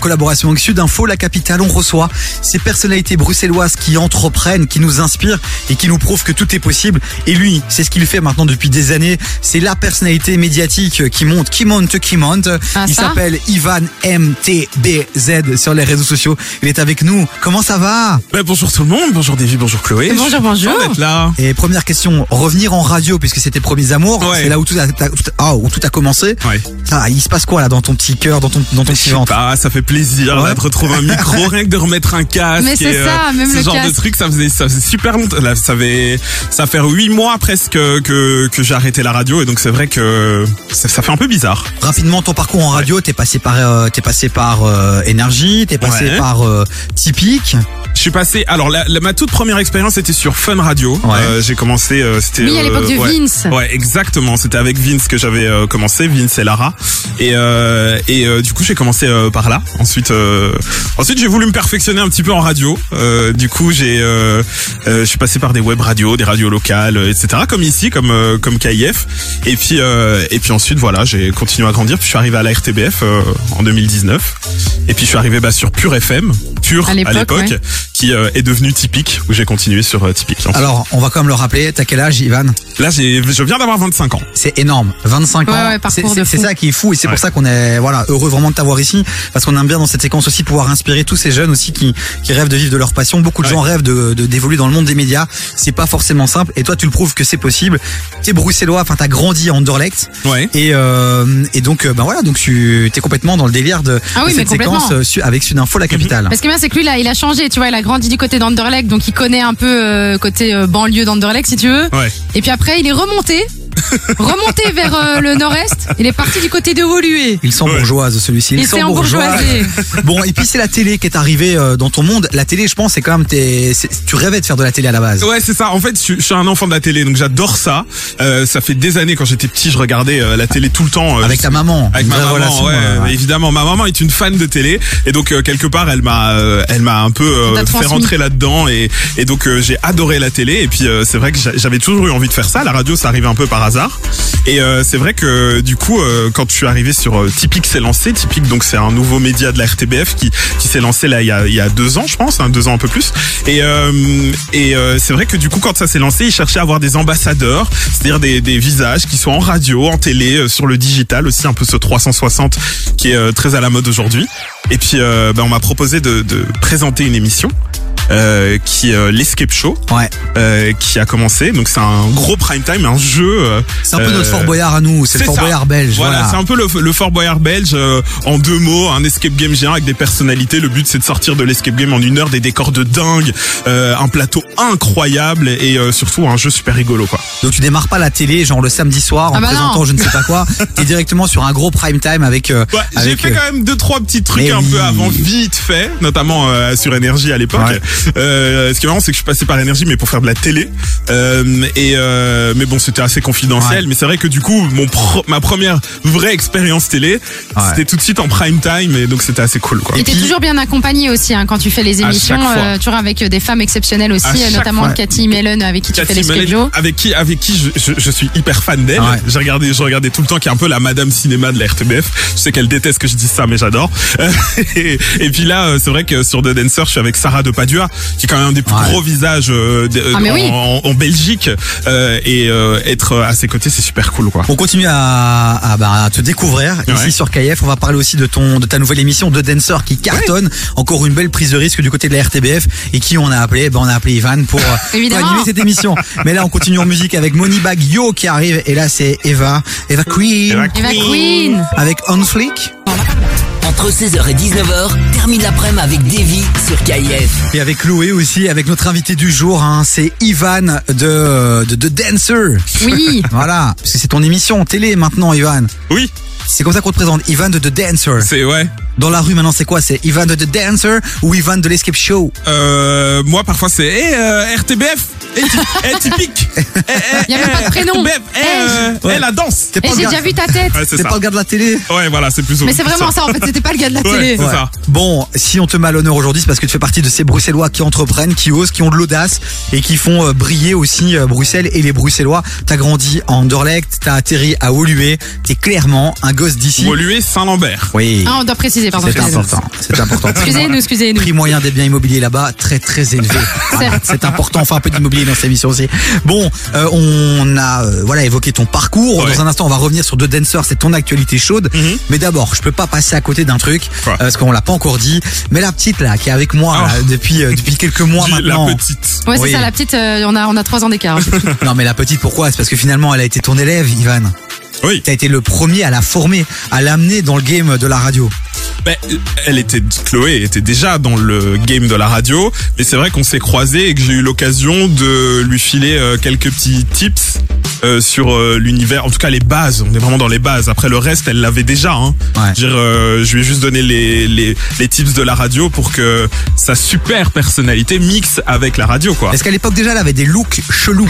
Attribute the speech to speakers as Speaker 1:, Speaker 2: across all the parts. Speaker 1: collaboration avec Sud Info, la capitale, on reçoit ces personnalités bruxelloises qui entreprennent, qui nous inspirent et qui nous prouvent que tout est possible. Et lui, c'est ce qu'il fait maintenant depuis des années. C'est la personnalité médiatique qui monte, qui monte, qui monte.
Speaker 2: Ah,
Speaker 1: Il
Speaker 2: ça
Speaker 1: s'appelle Ivan MTBZ sur les réseaux sociaux. Il est avec nous. Comment ça va
Speaker 3: Bah, bonjour tout le monde, bonjour Davy, bonjour Chloé.
Speaker 2: Bonjour,
Speaker 3: Je suis
Speaker 2: bonjour.
Speaker 3: content d'être là.
Speaker 1: Et première question, revenir en radio puisque c'était Promis Amours,
Speaker 3: Ouais.
Speaker 1: c'est là où tout a, tout a- ah, où tout a commencé.
Speaker 3: Ouais.
Speaker 1: Ah, il se passe quoi là dans ton petit cœur, dans ton, dans ton
Speaker 3: Je
Speaker 1: petit
Speaker 3: sais
Speaker 1: ventre
Speaker 3: pas, ça fait plaisir
Speaker 1: Ouais.
Speaker 3: là, de retrouver un micro, rien que de remettre un casque.
Speaker 2: Mais c'est
Speaker 3: et, euh,
Speaker 2: ça, même
Speaker 3: ce
Speaker 2: le
Speaker 3: genre de
Speaker 2: casque.
Speaker 3: truc, ça faisait, ça faisait super longtemps. Là, ça fait, ça fait huit mois presque que, que j'ai arrêté la radio et donc c'est vrai que ça, ça fait un peu bizarre.
Speaker 1: Rapidement, ton parcours en radio, t'es passé par, euh, t'es passé par euh, Énergie, t'es passé
Speaker 3: Ouais.
Speaker 1: par euh, Typique.
Speaker 3: Je suis passé, alors la, la- ma toute première expérience était sur Fun Radio.
Speaker 1: Ouais.
Speaker 3: Euh, j'ai commencé, euh, c'était.
Speaker 2: Oui, à l'époque de
Speaker 3: ouais.
Speaker 2: Vince.
Speaker 3: Ouais, exactement. C'était avec Vince que j'avais euh, commencé, Vince et Lara. Et, euh, et euh, du coup, j'ai commencé euh, par là. Ensuite, euh, ensuite, j'ai voulu me perfectionner un petit peu en radio. Euh, du coup, j'ai, euh, euh, je suis passé par des web radios, des radios locales, euh, etc. Comme ici, comme euh, comme KIF. Et puis, euh, et puis ensuite, voilà, j'ai continué à grandir. Puis je suis arrivé à la RTBF euh, en 2019. Et puis je suis arrivé bah, sur Pure FM, Pure
Speaker 2: À
Speaker 3: à
Speaker 2: l'époque,
Speaker 3: l'époque,
Speaker 2: ouais.
Speaker 3: qui euh, est devenu Typique, où j'ai continué sur euh, Typique. Ensuite,
Speaker 1: Alors, on va quand même le rappeler. T'as quel âge, Ivan
Speaker 3: Là, j'ai, je viens d'avoir 25 ans.
Speaker 1: C'est énorme. 25
Speaker 2: Ouais,
Speaker 1: ans.
Speaker 2: ouais,
Speaker 1: c'est,
Speaker 2: parcours
Speaker 1: c'est-
Speaker 2: de
Speaker 1: c'est
Speaker 2: fou.
Speaker 1: ça qui est fou et c'est
Speaker 3: Ouais.
Speaker 1: pour ça qu'on est voilà heureux vraiment de t'avoir ici parce qu'on aime bien dans cette séquence aussi pouvoir inspirer tous ces jeunes aussi qui qui rêvent de vivre de leur passion. Beaucoup de
Speaker 3: Ouais.
Speaker 1: gens rêvent de de- d'évoluer dans le monde des médias. C'est pas forcément simple et toi tu le prouves que c'est possible. T'es bruxellois, enfin t'as grandi à Anderlecht.
Speaker 3: Ouais.
Speaker 1: Et, euh, et donc, euh, ben voilà, donc tu es complètement dans le délire de,
Speaker 2: Ah oui,
Speaker 1: de
Speaker 2: mais
Speaker 1: cette séquence
Speaker 2: complètement. Mhm.
Speaker 1: euh, su- avec Sudinfo, la capitale.
Speaker 2: Parce que bien, c'est que lui, là, il a changé, tu vois, il a grandi du côté d'Anderlecht, donc il connaît un peu euh, côté euh, banlieue d'Anderlecht, si tu veux.
Speaker 3: Ouais.
Speaker 2: Et puis après, il est remonté, remonté vers euh, le nord-est, il est parti du côté de Woluwe.
Speaker 1: Ils sont
Speaker 3: Ouais.
Speaker 1: bourgeoises, celui-ci.
Speaker 2: Il s'est embourgeoisé.
Speaker 1: bon, et puis c'est la télé qui est arrivée euh, dans ton monde. La télé, je pense, c'est quand même tes, c'est- tu rêvais de faire de la télé à la base.
Speaker 3: Ouais, c'est ça. En fait, je suis- je suis un enfant de la télé, donc j'adore ça. Euh, ça fait des années quand j'étais petit, je regardais euh, la télé tout le temps. euh,
Speaker 1: Avec
Speaker 3: je-
Speaker 1: ta maman.
Speaker 3: Avec
Speaker 1: une
Speaker 3: ma
Speaker 1: vraie
Speaker 3: maman,
Speaker 1: relation,
Speaker 3: ouais,
Speaker 1: euh, ouais.
Speaker 3: évidemment. Ma maman est une fan de télé et donc euh, quelque part, elle m'a, euh, elle m'a un peu euh,
Speaker 2: On t'a
Speaker 3: fait
Speaker 2: transmis.
Speaker 3: rentrer là-dedans et, et donc euh, j'ai adoré la télé et puis euh, c'est vrai que j'a- j'avais toujours eu envie de faire ça. La radio, ça arrivait un peu par hasard et euh, c'est vrai que du coup, euh, quand je suis arrivé sur euh, Typique s'est lancé, Typique donc c'est un nouveau média de la RTBF qui qui s'est lancé là il y a, il y a deux ans, je pense, hein, deux ans un peu plus. Et euh, et euh, c'est vrai que du coup, quand ça s'est lancé, ils cherchaient à avoir des ambassadeurs, c'est-à-dire des, des visages qui soient en radio, en télé, euh, sur le digital aussi, un peu ce 360 qui est euh, très à la mode aujourd'hui. Et puis, euh, bah, on m'a proposé de, de présenter une émission euh, qui est euh, l'escape show,
Speaker 1: Ouais.
Speaker 3: euh, qui a commencé. Donc c'est un gros prime time, un jeu. euh,
Speaker 1: C'est un peu notre
Speaker 3: euh,
Speaker 1: Fort Boyard à nous. C'est le
Speaker 3: c'est
Speaker 1: Fort
Speaker 3: ça.
Speaker 1: Boyard belge.
Speaker 3: voilà,
Speaker 1: Voilà.
Speaker 3: c'est un peu le, le Fort Boyard belge euh, en deux mots, un escape game géant avec des personnalités. Le but c'est de sortir de l'escape game en une heure, des décors de dingue, euh, un plateau incroyable et euh, surtout un jeu super rigolo quoi.
Speaker 1: Donc tu démarres pas la télé, genre le samedi soir, en
Speaker 2: Ah bah non.
Speaker 1: présentant je ne sais pas quoi. T'es directement sur un gros prime time avec. euh,
Speaker 3: Ouais, j'ai
Speaker 1: avec,
Speaker 3: fait
Speaker 1: euh,
Speaker 3: quand même deux trois petits trucs
Speaker 1: Mais
Speaker 3: un
Speaker 1: oui.
Speaker 3: peu avant vite fait, notamment euh, sur énergie à l'époque.
Speaker 1: Ouais.
Speaker 3: Euh, ce qui est marrant c'est que je suis passé par énergie mais pour faire de la télé. Euh, et euh, mais bon c'était assez confidentiel.
Speaker 1: Ouais.
Speaker 3: Mais c'est vrai que du coup mon pro- ma première vraie expérience télé
Speaker 1: Ouais.
Speaker 3: c'était tout de suite en prime time et donc c'était assez cool quoi.
Speaker 2: Et t'es toujours bien accompagné aussi hein, quand tu fais les
Speaker 3: À
Speaker 2: émissions,
Speaker 3: chaque fois.
Speaker 2: tu vois, avec euh, des femmes exceptionnelles
Speaker 3: À
Speaker 2: aussi, euh,
Speaker 3: chaque
Speaker 2: notamment
Speaker 1: fois.
Speaker 2: Cathy Mellon avec qui tu fais
Speaker 3: Cathy
Speaker 2: les
Speaker 3: Mallet,
Speaker 2: schedules.
Speaker 3: avec qui, avec qui je, je- je suis hyper fan d'elle.
Speaker 1: Ouais.
Speaker 3: J'ai regardé, je regardais tout le temps qui est un peu la Madame Cinéma de la RTBF. Je sais qu'elle déteste que je dise ça, mais j'adore. Euh, et, et puis là, euh, c'est vrai que sur The Dancer, je suis avec Sarah de Padua, qui est quand même un des plus
Speaker 1: Ouais.
Speaker 3: gros visages euh, de-
Speaker 2: Ah, mais
Speaker 3: en,
Speaker 2: oui.
Speaker 3: en- en Belgique. Euh, et euh, être à ses côtés, c'est super cool, quoi.
Speaker 1: On continue à, à, bah, à te découvrir
Speaker 3: Ouais.
Speaker 1: ici sur KF. On va parler aussi de ton de ta nouvelle émission de Dancer qui cartonne. Encore une belle prise de risque du côté de la RTBF et qui on a appelé ben on a appelé Ivan pour, euh, pour
Speaker 2: Évidemment.
Speaker 1: animer cette émission. Mais là on continue en musique avec Moni Bag Yo qui arrive et là c'est Eva Eva Queen
Speaker 3: Eva
Speaker 2: Eva Queen.
Speaker 1: avec On Flick
Speaker 4: Entre 16h et 19h, termine l'après-midi avec Davy sur KIF.
Speaker 1: et avec Chloé aussi avec notre invité du jour. Hein, c'est Ivan de, de de Dancer.
Speaker 2: Oui.
Speaker 1: Voilà parce que c'est ton émission en télé maintenant Ivan.
Speaker 3: Oui,
Speaker 1: C'est comme ça qu'on te présente Ivan de The Dancer.
Speaker 3: c'est ouais.
Speaker 1: Dans la rue maintenant c'est quoi C'est Ivan de The Dancer ou Ivan de l'Escape Show
Speaker 3: eh, Euh, moi, parfois, c'est hey, euh, RTBF. Eh, ti- eh, typique
Speaker 2: Il y a même pas de prénom.
Speaker 3: Beb, eh, euh,
Speaker 1: Ouais.
Speaker 3: eh, la danse
Speaker 1: T'es
Speaker 2: Eh,
Speaker 1: pas, le
Speaker 2: j'ai
Speaker 1: gars-
Speaker 2: déjà vu ta tête.
Speaker 3: Ouais, c'est
Speaker 1: t'es
Speaker 3: ça.
Speaker 1: pas le gars de la télé
Speaker 3: Ouais, voilà, c'est plus ou
Speaker 2: Mais c'est
Speaker 3: moins
Speaker 2: vraiment ça en fait, c'était pas le gars de la télé.
Speaker 3: C'est ça.
Speaker 1: Bon, si on te met à l'honneur aujourd'hui, c'est parce que tu fais partie de ces Bruxellois qui entreprennent, qui osent, qui ont de l'audace et qui font euh, briller aussi euh, Bruxelles et les Bruxellois. T'as grandi à Anderlecht, t'as atterri à Woluwe, t'es clairement un gosse d'ici.
Speaker 3: Woluwe Saint-Lambert.
Speaker 1: Oui,
Speaker 2: Ah, on doit préciser, pardon.
Speaker 1: c'est important, c'est important. Prix-
Speaker 2: Excusez-nous, excusez-nous.
Speaker 1: Prix moyen des biens immobiliers là-bas, très très élevé. Voilà,
Speaker 2: Certes.
Speaker 1: C'est important, enfin un peu d'immobilier dans cette émission aussi. Bon, euh, on a euh, voilà évoqué ton parcours.
Speaker 3: Ouais. Mhm.
Speaker 1: Dans un instant, on va revenir sur The Dancer, c'est ton actualité chaude. Mais d'abord, je peux pas passer à côté d'un truc
Speaker 3: Quoi
Speaker 1: euh, parce qu'on l'a pas encore dit. Mais la petite là, qui est avec moi
Speaker 3: Ah.
Speaker 1: là, depuis euh, depuis quelques mois
Speaker 3: Dis la
Speaker 1: maintenant.
Speaker 3: petite.
Speaker 2: Ouais, c'est
Speaker 1: Oui.
Speaker 2: ça, la petite, euh, on, a, on a 3 ans d'écart.
Speaker 1: Non, mais la petite, pourquoi C'est parce que finalement, elle a été ton élève, Ivan.
Speaker 3: Oui.
Speaker 1: T'as été le premier à la former, à l'amener dans le game de la radio.
Speaker 3: Ben, elle était, Chloé était déjà dans le game de la radio, mais c'est vrai qu'on s'est croisés et que j'ai eu l'occasion de lui filer euh, quelques petits tips euh, sur euh, l'univers, en tout cas les bases. On est vraiment dans les bases. Après le reste, elle l'avait déjà. Hein.
Speaker 1: Ouais.
Speaker 3: Je, veux dire, euh, je lui ai juste donné les, les, les tips de la radio pour que sa super personnalité mixe avec la radio, quoi.
Speaker 1: Est-ce qu'à l'époque déjà, elle avait des looks chelous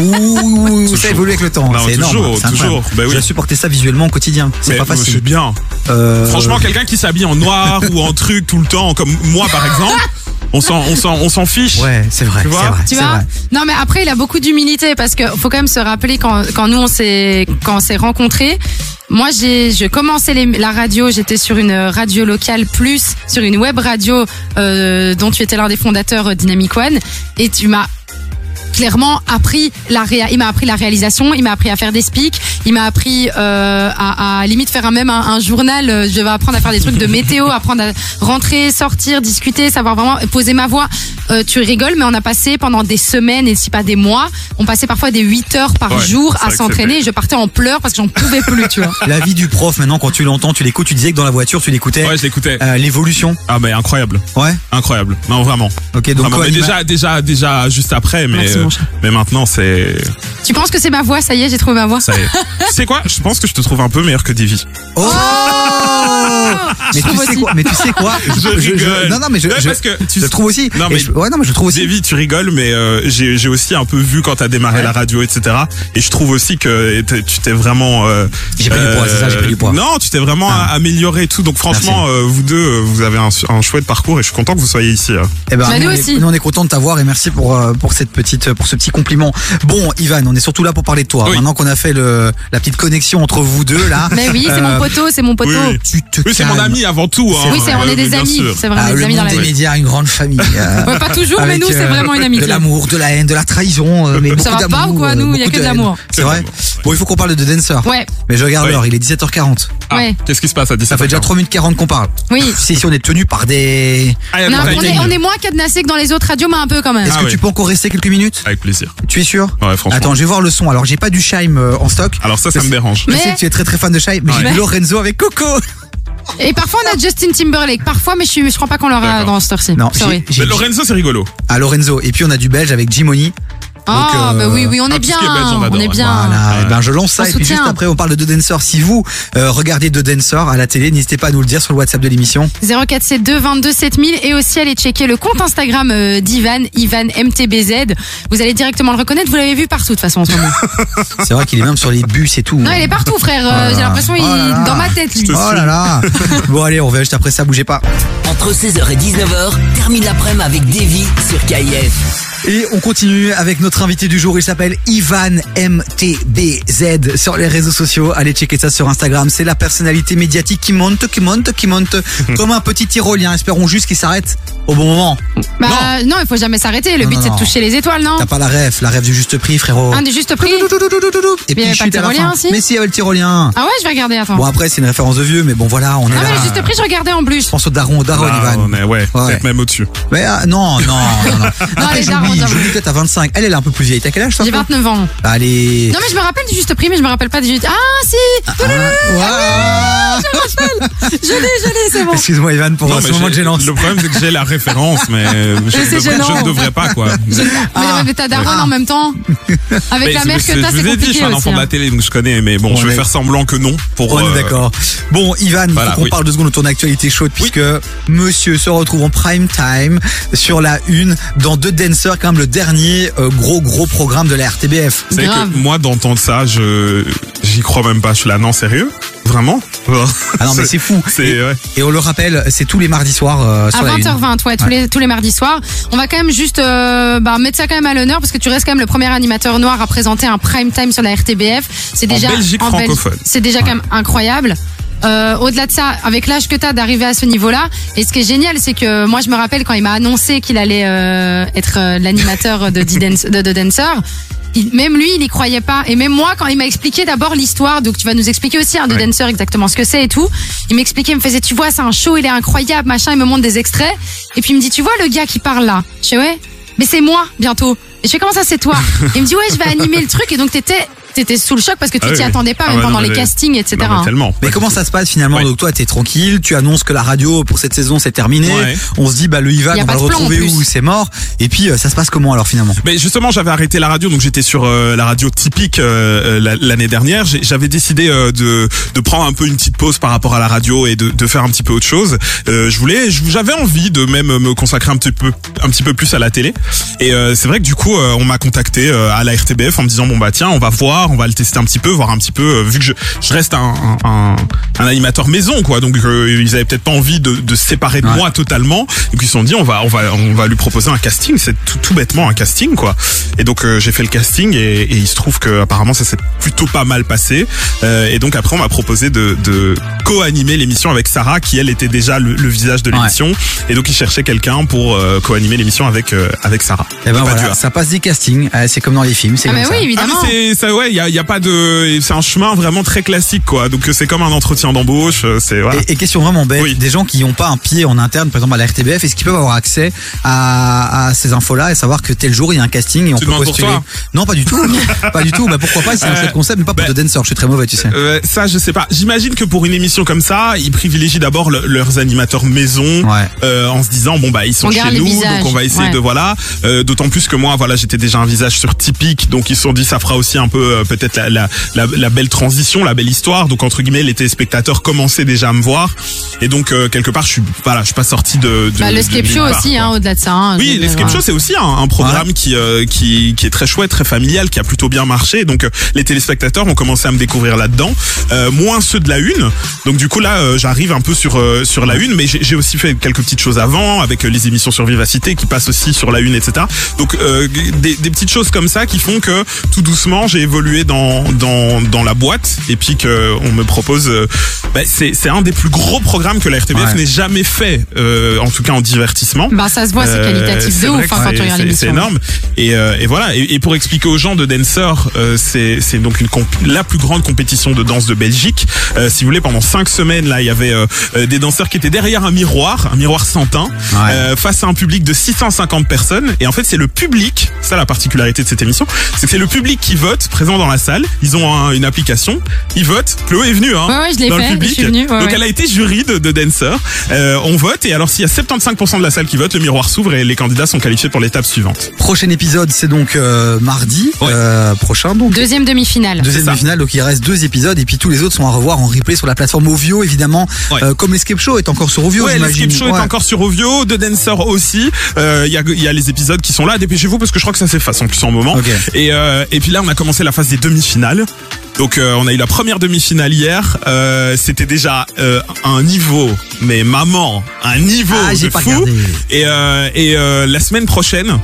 Speaker 1: Ouh, ça
Speaker 3: Toujours.
Speaker 1: évolue avec le temps.
Speaker 3: Non,
Speaker 1: c'est énorme.
Speaker 3: toujours,
Speaker 1: c'est incroyable.
Speaker 3: toujours. Bah oui.
Speaker 1: J'ai supporté ça visuellement au quotidien. C'est
Speaker 3: Mais,
Speaker 1: pas
Speaker 3: euh,
Speaker 1: facile.
Speaker 3: C'est bien.
Speaker 1: Euh,
Speaker 3: Franchement, quelqu'un qui s'habille en noir ou en truc tout le temps, comme moi par exemple, on s'en, on s'en, on s'en fiche.
Speaker 1: Ouais, c'est vrai.
Speaker 3: Tu vois
Speaker 1: c'est vrai,
Speaker 2: Tu
Speaker 1: c'est
Speaker 2: vois
Speaker 1: vrai.
Speaker 2: Non, mais après, il a beaucoup d'humilité parce que faut quand même se rappeler quand, quand nous on s'est quand on s'est rencontrés. Moi, j'ai je commençais les- la radio. J'étais sur une radio locale plus sur une web radio euh, dont tu étais l'un des fondateurs euh, Dynamic One et tu m'as clairement appris la réa il m'a appris la réalisation il m'a appris à faire des speaks il m'a appris euh, à, à limite faire un même un, un journal euh, je vais apprendre à faire des trucs de météo apprendre à rentrer sortir discuter savoir vraiment poser ma voix Euh, tu rigoles mais on a passé pendant des semaines et si pas des mois on passait parfois des 8 heures par
Speaker 3: Ouais,
Speaker 2: jour
Speaker 3: c'est
Speaker 2: à
Speaker 3: vrai que
Speaker 2: s'entraîner et je partais en pleurs parce que j'en pouvais plus tu vois
Speaker 1: La vie du prof, maintenant, quand tu l'entends, tu l'écoutes, tu disais que dans la voiture, tu l'écoutais.
Speaker 3: Ouais, je l'écoutais.
Speaker 1: Euh, L'évolution.
Speaker 3: Ah mais incroyable,
Speaker 1: Ouais.
Speaker 3: incroyable. Non vraiment.
Speaker 1: Ok, donc quoi,
Speaker 3: Vraiment. Ah, bah, Mais
Speaker 1: Lima-
Speaker 3: déjà, déjà, déjà juste après, mais
Speaker 2: Merci, mon
Speaker 3: euh,
Speaker 2: chat.
Speaker 3: mais maintenant c'est
Speaker 2: tu penses que c'est ma voix ça y est j'ai trouvé ma voix
Speaker 3: ça y est. tu sais quoi Je pense que je te trouve un peu meilleur que Divi.
Speaker 1: Oh mais,
Speaker 2: Oh Je
Speaker 1: tu
Speaker 2: trouve
Speaker 1: sais
Speaker 2: aussi.
Speaker 1: quoi, mais tu sais quoi
Speaker 3: Je rigole.
Speaker 1: Non, non, mais je,
Speaker 3: Ouais,
Speaker 1: je-
Speaker 3: parce que tu
Speaker 1: je le
Speaker 3: sais-
Speaker 1: trouve aussi.
Speaker 3: Non,
Speaker 1: Et
Speaker 3: mais-
Speaker 1: je- ouais, non, mais je le trouve aussi.
Speaker 3: Divi, tu rigoles, mais euh, j'ai j'ai aussi un peu vu quand t'as démarré la radio, etc. Et je trouve aussi que t'es- tu t'es vraiment. euh,
Speaker 1: J'ai pris du
Speaker 3: euh,
Speaker 1: poids, c'est ça, j'ai pris du poids.
Speaker 3: Non, tu t'es vraiment
Speaker 1: Ah.
Speaker 3: amélioré et tout. Donc franchement, euh, vous deux, euh, vous avez un, un chouette parcours et je suis content que vous soyez ici. euh.
Speaker 1: Eh ben,
Speaker 2: Bah, nous
Speaker 1: on est-
Speaker 2: aussi.
Speaker 1: nous, on est content de t'avoir et merci pour euh, pour cette petite pour ce petit compliment. Bon, Ivan, on est surtout là pour parler de toi.
Speaker 3: Oui.
Speaker 1: Maintenant qu'on a fait le la petite connexion entre vous deux là.
Speaker 2: mais oui c'est
Speaker 1: Euh,
Speaker 2: mon poteau c'est mon poteau
Speaker 3: oui.
Speaker 1: Tu te
Speaker 3: Oui, c'est
Speaker 1: calmes.
Speaker 3: mon ami avant tout. hein.
Speaker 2: oui c'est on
Speaker 3: Euh,
Speaker 2: est des
Speaker 3: bien
Speaker 2: amis
Speaker 3: sûr.
Speaker 2: c'est vraiment
Speaker 1: Ah,
Speaker 2: des
Speaker 1: le
Speaker 2: amis dans
Speaker 1: monde
Speaker 2: la
Speaker 1: des
Speaker 2: vie
Speaker 1: médias, une grande famille. euh,
Speaker 2: Ouais, pas toujours, mais
Speaker 1: avec,
Speaker 2: nous, c'est
Speaker 1: euh,
Speaker 2: vraiment une
Speaker 1: De
Speaker 2: amitié.
Speaker 1: l'amour, de la haine, de la trahison. euh, mais
Speaker 2: Ça
Speaker 1: beaucoup
Speaker 2: va pas
Speaker 1: d'amour,
Speaker 2: ou quoi,
Speaker 1: euh,
Speaker 2: nous Il y a
Speaker 1: beaucoup
Speaker 2: que de
Speaker 1: haine.
Speaker 2: l'amour.
Speaker 1: C'est vrai. Bon, il faut qu'on parle de The Dancer.
Speaker 2: Ouais,
Speaker 1: Mais je regarde
Speaker 3: Oui.
Speaker 1: l'heure, il est 17h40.
Speaker 3: Ah,
Speaker 2: Ouais.
Speaker 3: Qu'est-ce qui se passe à 17
Speaker 1: Ça fait déjà 3 minutes 40 qu'on parle.
Speaker 2: oui.
Speaker 1: Si, si on est tenu par des.
Speaker 3: Ah, il y a
Speaker 2: Non,
Speaker 3: le
Speaker 2: on,
Speaker 3: timing.
Speaker 2: est, on est moins cadenassé que dans les autres radios, mais un peu quand même.
Speaker 1: Est-ce
Speaker 3: Ah
Speaker 1: que
Speaker 3: oui.
Speaker 1: tu peux encore rester quelques minutes
Speaker 3: Avec plaisir.
Speaker 1: Tu es sûr
Speaker 3: Ouais, franchement.
Speaker 1: Attends, je vais voir le son. Alors, j'ai pas du Shime euh, en stock.
Speaker 3: Alors ça,
Speaker 1: Je
Speaker 3: ça me
Speaker 1: sais-
Speaker 3: dérange.
Speaker 1: Je sais
Speaker 2: Mais-
Speaker 1: que tu es très très fan de Shime, mais j'ai
Speaker 3: Ouais.
Speaker 1: vu Lorenzo avec Coco. Ah.
Speaker 2: Et parfois, on a Justin Timberlake. Parfois, mais je, suis- je crois pas qu'on l'aura
Speaker 3: D'accord.
Speaker 2: dans cette heure-ci.
Speaker 1: Non,
Speaker 2: Sorry.
Speaker 1: j'ai- j'ai
Speaker 3: Mais Lorenzo, c'est rigolo.
Speaker 1: à Lorenzo. Et puis on a du Belge avec Jimoni.
Speaker 2: Ah,
Speaker 1: euh,
Speaker 2: bah oui, oui, on
Speaker 3: ah,
Speaker 2: est
Speaker 3: tout ce
Speaker 2: bien.
Speaker 3: qui est belge, on adore,
Speaker 2: est
Speaker 3: ouais.
Speaker 2: bien.
Speaker 1: Voilà,
Speaker 3: Ah.
Speaker 1: et ben je lance ça
Speaker 2: Ah. On
Speaker 1: et puis
Speaker 2: soutient.
Speaker 1: juste après on parle de The Dancer. Si vous euh, regardez The Dancer à la télé, n'hésitez pas à nous le dire sur le WhatsApp de l'émission.
Speaker 2: 0472 22 7000 et aussi aller checker le compte Instagram euh, d'Ivan, Ivan MTBZ. Vous allez directement le reconnaître, vous l'avez vu partout de toute façon en ce moment.
Speaker 1: C'est vrai qu'il est même sur les bus et tout.
Speaker 2: non, il est partout frère, Euh, j'ai l'impression il
Speaker 1: Oh là là.
Speaker 2: est dans ma tête lui.
Speaker 1: Oh là là Bon allez, on revient juste après ça, bougez pas.
Speaker 4: Entre 16h et 19h, termine l'après-midi avec Davy sur KIF.
Speaker 1: Et on continue avec notre invité du jour, il s'appelle Ivan MTBZ sur les réseaux sociaux. Allez checker ça sur Instagram, c'est la personnalité médiatique qui monte, qui monte, qui monte, comme un petit tyrolien. Espérons juste qu'il s'arrête au bon moment.
Speaker 2: Bah non, il faut jamais s'arrêter, le
Speaker 1: Non,
Speaker 2: but
Speaker 1: non,
Speaker 2: c'est de
Speaker 1: non.
Speaker 2: toucher les étoiles, non
Speaker 1: T'as pas la ref, la ref du juste prix frérot.
Speaker 2: Un des juste prix.
Speaker 1: Et
Speaker 2: Mais
Speaker 1: puis
Speaker 2: il y avait pas
Speaker 1: chute
Speaker 2: le
Speaker 1: à la
Speaker 2: tyrolien
Speaker 1: fin.
Speaker 2: aussi
Speaker 1: Mais si, il y avait le tyrolien.
Speaker 2: Ah ouais, je vais regarder, attends.
Speaker 1: Bon après c'est une référence de vieux mais bon voilà on est
Speaker 2: Ah
Speaker 1: là.
Speaker 2: mais le juste prix, je regardais en plus.
Speaker 1: Je pense au daron, au daron
Speaker 3: Ah,
Speaker 1: Oh, Ivan.
Speaker 3: on est, ouais,
Speaker 1: Ouais.
Speaker 3: peut-être même au-dessus.
Speaker 1: Mais ah, non non non. non. Après
Speaker 2: les darons,
Speaker 1: j'oublie,
Speaker 2: darons.
Speaker 1: j'oublie que t'as 25. Elle elle est un peu plus vieille. T'as quel âge toi
Speaker 2: J'ai
Speaker 1: toi
Speaker 2: 29 ans.
Speaker 1: Allez.
Speaker 2: Non mais je me rappelle du juste prix, mais je me rappelle pas du juste. Ah si
Speaker 1: Ah, ouais.
Speaker 2: Je l'ai, je l'ai, c'est bon.
Speaker 1: Excuse-moi Ivan pour
Speaker 3: Non,
Speaker 1: ce
Speaker 3: mais
Speaker 1: moment
Speaker 3: j'ai-
Speaker 1: de gênance.
Speaker 3: Le problème, c'est que j'ai la référence, mais euh, je,
Speaker 2: c'est
Speaker 3: ne devrais-
Speaker 2: gênant.
Speaker 3: je ne devrais pas, quoi.
Speaker 2: Mais, mais t'as Daron en même temps. Avec
Speaker 3: Mais
Speaker 2: la
Speaker 3: c'est-
Speaker 2: mère
Speaker 3: c'est-
Speaker 2: que t'as,
Speaker 3: je
Speaker 2: c'est
Speaker 3: vous ai dit, je
Speaker 2: compliqué
Speaker 3: suis un
Speaker 2: aussi.
Speaker 3: enfant de la
Speaker 2: hein.
Speaker 3: télé, donc je connais, mais bon,
Speaker 1: On
Speaker 3: je vais
Speaker 1: est-
Speaker 3: faire semblant que non. Pour,
Speaker 1: On
Speaker 3: euh,
Speaker 1: est d'accord. Bon, Ivan, il
Speaker 3: voilà,
Speaker 1: faut qu'on
Speaker 3: oui.
Speaker 1: parle deux secondes de ton actualité chaude, puisque monsieur se retrouve en prime time sur la une dans deux dancers quand même le dernier euh, gros gros programme de la RTBF.
Speaker 3: Vous savez
Speaker 2: Grave.
Speaker 3: que moi d'entendre ça, je j'y crois même pas. Je suis là, non sérieux, vraiment.
Speaker 1: Ah non mais c'est fou.
Speaker 3: c'est ouais.
Speaker 1: Et on le rappelle, c'est tous les mardis soirs euh, sur
Speaker 2: À
Speaker 1: la Lune.
Speaker 2: 20h20, ouais, tous, Les, tous les mardis soirs. On va quand même juste euh, bah, mettre ça quand même à l'honneur parce que tu restes quand même le premier animateur noir à présenter un prime time sur la RTBF. C'est
Speaker 3: En
Speaker 2: déjà
Speaker 3: Belgique
Speaker 2: Bel-
Speaker 3: francophone.
Speaker 2: C'est déjà quand même incroyable. Euh, Au-delà de ça, avec l'âge que t'as d'arriver à ce niveau-là, et ce qui est génial, c'est que moi je me rappelle quand il m'a annoncé qu'il allait euh, être euh, l'animateur de, D-Dance- de, de Dancer. il- même lui, il y croyait pas. Et même moi, quand il m'a expliqué d'abord l'histoire, donc tu vas nous expliquer aussi hein, de
Speaker 3: Ouais.
Speaker 2: Dancer exactement ce que c'est et tout. Il m'expliquait, il me faisait, tu vois, c'est un show, il est incroyable, machin. Il me montre des extraits. Et puis il me dit, tu vois le gars qui parle là Je fais ouais, mais c'est moi bientôt. Et je fais comment ça, c'est toi Il me dit ouais, je vais animer le truc. Et donc t'étais, t'étais sous le choc parce que tu
Speaker 3: Ah oui,
Speaker 2: t'y
Speaker 3: oui.
Speaker 2: attendais pas,
Speaker 3: Ah
Speaker 2: même
Speaker 3: ouais,
Speaker 2: pendant
Speaker 3: non,
Speaker 2: les
Speaker 3: mais-
Speaker 2: castings, hein. etc.
Speaker 3: Non, mais tellement.
Speaker 1: Mais comment ça se passe finalement
Speaker 3: Ouais.
Speaker 1: Donc toi, t'es tranquille, tu annonces que la radio pour cette saison c'est terminé.
Speaker 3: Ouais.
Speaker 1: On se dit bah le Ivan,
Speaker 2: Y a
Speaker 1: on
Speaker 2: pas
Speaker 1: va le
Speaker 2: de plan, en
Speaker 1: retrouver
Speaker 2: plus.
Speaker 1: où C'est mort. Et puis euh, ça se passe comment alors finalement
Speaker 3: Mais justement, j'avais arrêté la radio, donc j'étais sur euh, la radio typique euh, euh, la- l'année dernière. J'ai- J'avais décidé euh, de, de prendre un peu une petite pause par rapport à la radio et de, de faire un petit peu autre chose. Euh, je voulais, je- j'avais envie de même me consacrer un petit peu, un petit peu plus à la télé. Et euh, c'est vrai que du coup, euh, on m'a contacté euh, à la RTBF en me disant bon bah tiens, on va voir, on va le tester un petit peu, voir un petit peu. euh, vu que je, je reste un, un, un- un animateur maison quoi, donc euh, ils avaient peut-être pas envie de, de se séparer de
Speaker 1: Ouais.
Speaker 3: moi totalement. Et puis ils se sont dit on va, on va, on va lui proposer un casting. C'est tout, tout bêtement un casting quoi. Et donc euh, j'ai fait le casting et, et il se trouve que apparemment ça s'est plutôt pas mal passé. Euh, et donc après on m'a proposé de, de co-animer l'émission avec Sarah qui elle était déjà le, le visage de
Speaker 1: Ouais.
Speaker 3: l'émission. Et donc ils cherchaient quelqu'un pour euh, co-animer l'émission avec euh, avec Sarah.
Speaker 1: Eh
Speaker 3: C'est
Speaker 1: ben
Speaker 3: pas
Speaker 1: voilà,
Speaker 3: dur.
Speaker 1: ça passe des castings. Euh, c'est comme dans les films, c'est
Speaker 2: Ah
Speaker 1: comme
Speaker 2: mais oui,
Speaker 1: ça.
Speaker 3: Ah,
Speaker 2: évidemment.
Speaker 3: mais c'est ça ouais, il y a, y a pas de c'est un chemin vraiment très classique quoi. Donc euh, c'est comme un entretien d'embauche, euh, c'est voilà.
Speaker 1: Et, et question vraiment bête,
Speaker 3: Oui.
Speaker 1: des gens qui n'ont pas un pied en interne, par exemple à la RTBF, est-ce qu'ils peuvent avoir accès à, à ces infos-là et savoir que tel jour il y a un casting et on
Speaker 3: Tu
Speaker 1: peut
Speaker 3: demandes pour
Speaker 1: postuler
Speaker 3: toi hein.
Speaker 1: Non, pas du tout, pas du tout. Bah pourquoi pas C'est un
Speaker 3: Euh,
Speaker 1: chouette concept, mais pas pour
Speaker 3: bah,
Speaker 1: The Dancer. Je suis très mauvais, tu sais.
Speaker 3: Euh, ça, je sais pas. J'imagine que pour une émission comme ça, ils privilégient d'abord le- leurs animateurs maison,
Speaker 1: Ouais.
Speaker 3: euh, en se disant bon bah ils sont
Speaker 2: On garde
Speaker 3: chez
Speaker 2: les
Speaker 3: nous,
Speaker 2: visages,
Speaker 3: donc on va essayer
Speaker 2: ouais.
Speaker 3: de voilà. Euh, D'autant plus que moi, voilà, j'étais déjà un visage sur typique, donc ils se sont dit ça fera aussi un peu euh, peut-être la, la, la, la belle transition, la belle histoire. Donc entre guillemets, les téléspectateurs commençaient déjà à me voir, et donc euh, quelque part, je suis voilà, je suis pas sorti de, de
Speaker 2: Bah, le
Speaker 3: de
Speaker 2: sketch
Speaker 3: nulle
Speaker 2: show
Speaker 3: part,
Speaker 2: aussi,
Speaker 3: quoi.
Speaker 2: hein, au-delà de ça. hein, je
Speaker 3: Oui,
Speaker 2: veux
Speaker 3: les
Speaker 2: dire,
Speaker 3: sketch shows, c'est aussi un, un programme qui, euh, qui qui est très chouette, très familial, qui a plutôt bien marché. Donc euh, les téléspectateurs ont commencé à me découvrir là-dedans, Euh, moins ceux de la une. Donc du coup là, euh, j'arrive un peu sur euh, sur la une, mais j'ai j'ai aussi fait quelques petites choses avant avec euh, les émissions sur Vivacité qui passent aussi sur la une, etc. Donc euh, des, des petites choses comme ça qui font que tout doucement j'ai évolué dans dans dans la boîte et puis que on me propose. euh, bah, c'est c'est un des plus gros programmes que la RTBF
Speaker 1: Ouais.
Speaker 3: n'ait jamais fait, euh, en tout cas en divertissement.
Speaker 2: Bah ça se voit, c'est
Speaker 3: Euh,
Speaker 2: qualitatif
Speaker 3: c'est
Speaker 2: de ouf
Speaker 3: vrai que
Speaker 2: hein, quand
Speaker 3: c'est-
Speaker 2: tu regardes
Speaker 3: c'est-
Speaker 2: l'émission.
Speaker 3: C'est énorme. Et, euh, et voilà. Et, et pour expliquer aux gens de Dancer, euh, c'est c'est donc une comp- la plus grande compétition de danse de Belgique. Euh, si vous voulez, pendant cinq semaines, là, il y avait euh, euh, des danseurs qui étaient derrière un miroir, un miroir sans teint, euh, face à un public de 650 personnes. Et en fait, c'est le public, ça la particularité de cette émission, c'est que c'est le public qui vote, présent dans la salle. Ils ont un- une application, ils votent. Chloé est venue, hein
Speaker 2: Ouais, ouais, je l'ai
Speaker 3: dans
Speaker 2: fait,
Speaker 3: le
Speaker 2: je
Speaker 3: public.
Speaker 2: suis venue, ouais,
Speaker 3: Donc
Speaker 2: ouais.
Speaker 3: elle a été jury de, de Dancer. Euh, on vote et alors s'il y a 75% de la salle qui vote, le miroir s'ouvre et les candidats sont qualifiés pour l'étape suivante.
Speaker 1: Prochain épisode, c'est donc euh, mardi
Speaker 3: Ouais.
Speaker 1: euh, prochain, donc.
Speaker 2: Deuxième demi-finale.
Speaker 3: C'est
Speaker 1: Deuxième
Speaker 3: ça.
Speaker 1: finale, donc il reste deux épisodes et puis tous les autres sont à revoir en replay sur la plateforme Ovio évidemment,
Speaker 3: Ouais.
Speaker 1: Euh, comme l'escape show est encore sur Ovio
Speaker 3: ouais,
Speaker 1: j'imagine.
Speaker 3: l'escape show
Speaker 1: Ouais.
Speaker 3: est encore sur Ovio, The Dancer aussi. Euh, Il y, a, il y a les épisodes qui sont là. Dépêchez-vous parce que je crois que ça s'efface en plus en moment.
Speaker 1: Ok.
Speaker 3: Et, euh, et puis là, on a commencé la phase des demi-finales. Donc euh, on a eu la première demi-finale hier. Euh, C'était déjà euh, un niveau, mais maman, un niveau
Speaker 1: Ah, j'ai
Speaker 3: de
Speaker 1: pas
Speaker 3: fou.
Speaker 1: regardé.
Speaker 3: Et, euh, et euh, la semaine prochaine,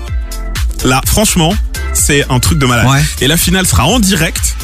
Speaker 3: là, franchement, c'est un truc de malade.
Speaker 1: Ouais.
Speaker 3: Et la finale sera en direct.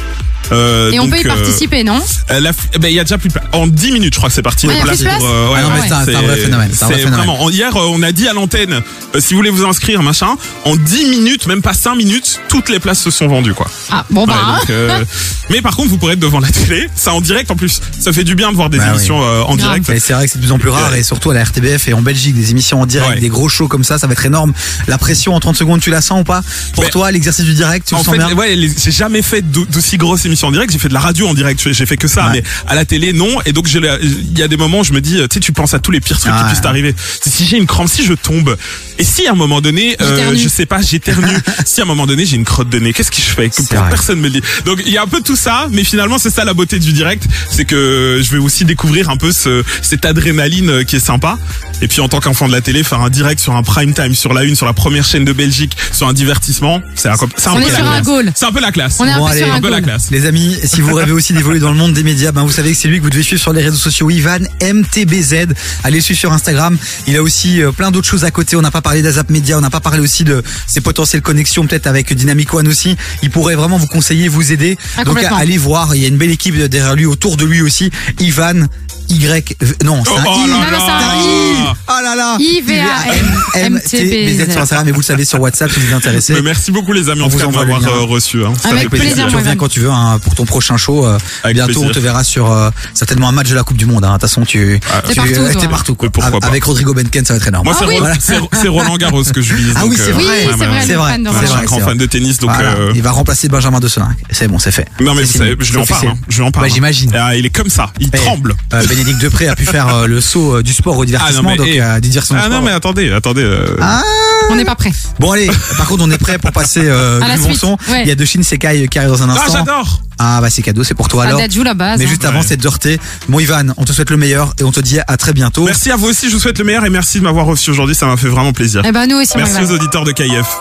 Speaker 3: Euh,
Speaker 2: Et on
Speaker 3: donc,
Speaker 2: peut y
Speaker 3: euh,
Speaker 2: participer, non
Speaker 3: euh, la fi- eh ben, il y a déjà plus de place. En 10 minutes, je crois que c'est parti.
Speaker 2: Ouais,
Speaker 3: les
Speaker 2: il y a
Speaker 3: places
Speaker 2: plus de
Speaker 3: pour,
Speaker 2: place
Speaker 3: euh,
Speaker 1: Ah non, mais
Speaker 3: ouais.
Speaker 1: c'est un- c'est un vrai phénomène, c'est un vrai
Speaker 3: c'est
Speaker 1: phénomène.
Speaker 3: vraiment. en- Hier, euh, on a dit à l'antenne, euh, si vous voulez vous inscrire, machin, en 10 minutes, même pas 5 minutes, toutes les places se sont vendues, quoi.
Speaker 2: Ah bon bah.
Speaker 3: Ouais,
Speaker 2: hein.
Speaker 3: donc, euh, mais par contre, vous pourrez être devant la télé. Ça en direct, en plus. Ça fait du bien de voir des
Speaker 1: Bah oui.
Speaker 3: émissions euh, en
Speaker 2: Grave.
Speaker 3: direct.
Speaker 1: Et c'est vrai que c'est de plus en plus rare
Speaker 3: Ouais.
Speaker 1: et surtout à la RTBF et en Belgique des émissions en direct,
Speaker 3: Ouais.
Speaker 1: des gros shows comme ça, ça va être énorme. La pression en 30 secondes, tu la sens ou pas Pour
Speaker 3: Mais-
Speaker 1: toi, l'exercice du direct, tu le
Speaker 3: en
Speaker 1: sens
Speaker 3: fait,
Speaker 1: bien
Speaker 3: ouais, les- j'ai jamais fait d'au- d'aussi grosse émission en direct. J'ai fait de la radio en direct. J'ai j'ai fait que ça,
Speaker 1: Ouais.
Speaker 3: mais à la télé, non. Et donc, j'ai la- il y a des moments où je me dis, euh, tu sais, tu penses à tous les pires trucs
Speaker 1: Ouais.
Speaker 3: qui puissent t'arriver. Si j'ai une crampe, si je tombe, et si à un moment donné, euh,
Speaker 2: J'éternue.
Speaker 3: je sais pas, j'éternue. si à un moment donné, j'ai une crotte de nez, qu'est-ce que je fais Que
Speaker 1: C'est vrai.
Speaker 3: Personne me le dit. Donc, il y a un peu tout ça, mais finalement, c'est ça la beauté du direct, c'est que je vais aussi découvrir un peu ce, cette adrénaline euh, qui est sympa. Et puis en tant qu'enfant de la télé, faire un direct sur un prime time, sur la une, sur la première chaîne de Belgique, sur un divertissement, c'est un, c'est un
Speaker 2: On
Speaker 3: peu
Speaker 2: est
Speaker 3: la
Speaker 2: sur un
Speaker 3: classe.
Speaker 2: goal.
Speaker 3: C'est un peu la classe.
Speaker 2: On est un
Speaker 1: Bon,
Speaker 2: peu
Speaker 1: allez,
Speaker 2: sur
Speaker 1: un
Speaker 2: un
Speaker 3: peu la
Speaker 2: goal.
Speaker 3: classe.
Speaker 1: Les amis, si vous rêvez aussi d'évoluer dans le monde des médias, ben vous savez que c'est lui que vous devez suivre sur les réseaux sociaux, Ivan MTBZ. Allez le suivre sur Instagram. Il a aussi euh, plein d'autres choses à côté. On n'a pas parlé d'Azap Media, on n'a pas parlé aussi de ses potentielles connexions peut-être avec Dynamic One aussi. Il pourrait vraiment vous conseiller, vous aider.
Speaker 2: Ah,
Speaker 1: Donc
Speaker 2: complètement.
Speaker 1: allez voir, il y a une belle équipe derrière lui, autour de lui aussi. Ivan Y non, c'est
Speaker 3: Oh,
Speaker 1: un
Speaker 3: oh
Speaker 1: I.
Speaker 3: là
Speaker 2: Non, mais c'est un
Speaker 3: Oh là.
Speaker 2: I.
Speaker 1: Ah là là.
Speaker 2: I-V-A-N-M-T-B-Z.
Speaker 1: sur Instagram et vous le savez sur WhatsApp si vous êtes intéressé.
Speaker 3: Mais merci beaucoup les amis
Speaker 1: On
Speaker 3: en tout
Speaker 1: vous
Speaker 3: cas de
Speaker 1: envoie le
Speaker 3: m'avoir
Speaker 1: lien.
Speaker 3: euh, reçu. hein. Ça
Speaker 2: Avec
Speaker 3: fait
Speaker 2: plaisir,
Speaker 1: Tu
Speaker 2: moi.
Speaker 1: reviens
Speaker 2: Ivan.
Speaker 1: quand tu veux hein, pour ton prochain show. euh,
Speaker 3: Avec
Speaker 1: bientôt,
Speaker 3: plaisir.
Speaker 1: on te verra sur euh, certainement un match de la Coupe du Monde. hein. De toute façon, tu
Speaker 2: T'es
Speaker 1: tu-
Speaker 2: partout,
Speaker 1: euh,
Speaker 2: toi.
Speaker 1: t'es partout, quoi.
Speaker 3: Mais Ah, pourquoi
Speaker 1: Av-
Speaker 3: pas.
Speaker 1: Avec Rodrigo Benken, ça va être énorme.
Speaker 3: Moi, c'est
Speaker 2: Ah oui.
Speaker 3: Ro- c'est c'est Roland Garros que je vise.
Speaker 1: Ah
Speaker 3: donc,
Speaker 1: oui, c'est
Speaker 3: euh,
Speaker 1: vrai.
Speaker 2: Oui,
Speaker 3: ouais,
Speaker 2: c'est
Speaker 3: ouais,
Speaker 2: vrai,
Speaker 3: ouais.
Speaker 2: le fan de
Speaker 1: c'est
Speaker 3: Ouais,
Speaker 2: Roland.
Speaker 3: Je suis un
Speaker 1: vrai,
Speaker 3: grand
Speaker 1: c'est vrai.
Speaker 3: fan de tennis, donc.
Speaker 1: Voilà.
Speaker 3: euh,
Speaker 1: Il va remplacer Benjamin De Soninck. C'est bon, c'est fait.
Speaker 3: Non,
Speaker 1: C'est
Speaker 3: mais vous
Speaker 1: fini.
Speaker 3: savez, je lui en
Speaker 1: C'est
Speaker 3: parle.
Speaker 1: officiel.
Speaker 3: hein. Je lui en parle.
Speaker 1: Ouais,
Speaker 3: hein.
Speaker 1: j'imagine.
Speaker 3: Ah, il est comme ça. Il
Speaker 1: Eh,
Speaker 3: tremble.
Speaker 1: euh, Bénédicte Depré a pu faire euh, le saut euh, du sport au
Speaker 3: Ah, non,
Speaker 1: divertissement,
Speaker 3: mais,
Speaker 1: donc
Speaker 3: eh.
Speaker 1: euh, du divertissement au
Speaker 3: Ah non,
Speaker 1: sport.
Speaker 3: mais attendez, attendez. euh,
Speaker 1: Ah,
Speaker 2: On n'est pas prêt.
Speaker 1: Bon allez, par contre on est prêt pour passer euh,
Speaker 2: À la
Speaker 1: du bon
Speaker 2: suite,
Speaker 1: son.
Speaker 2: ouais.
Speaker 1: Il y a deux Shin Sekai qui arrive dans un
Speaker 3: Ah,
Speaker 1: instant.
Speaker 3: j'adore
Speaker 1: Ah bah c'est cadeau, c'est pour toi alors.
Speaker 2: À Dadju, la base.
Speaker 1: Mais
Speaker 2: hein.
Speaker 1: juste avant
Speaker 3: Ouais.
Speaker 1: cette Dorothée. Bon Ivan, on te souhaite le meilleur et on te dit à très bientôt.
Speaker 3: Merci à vous aussi, je vous souhaite le meilleur et merci de m'avoir reçu aujourd'hui, ça m'a fait vraiment plaisir.
Speaker 2: Eh ben, nous aussi, on y
Speaker 3: Merci
Speaker 2: va.
Speaker 3: aux auditeurs de KF.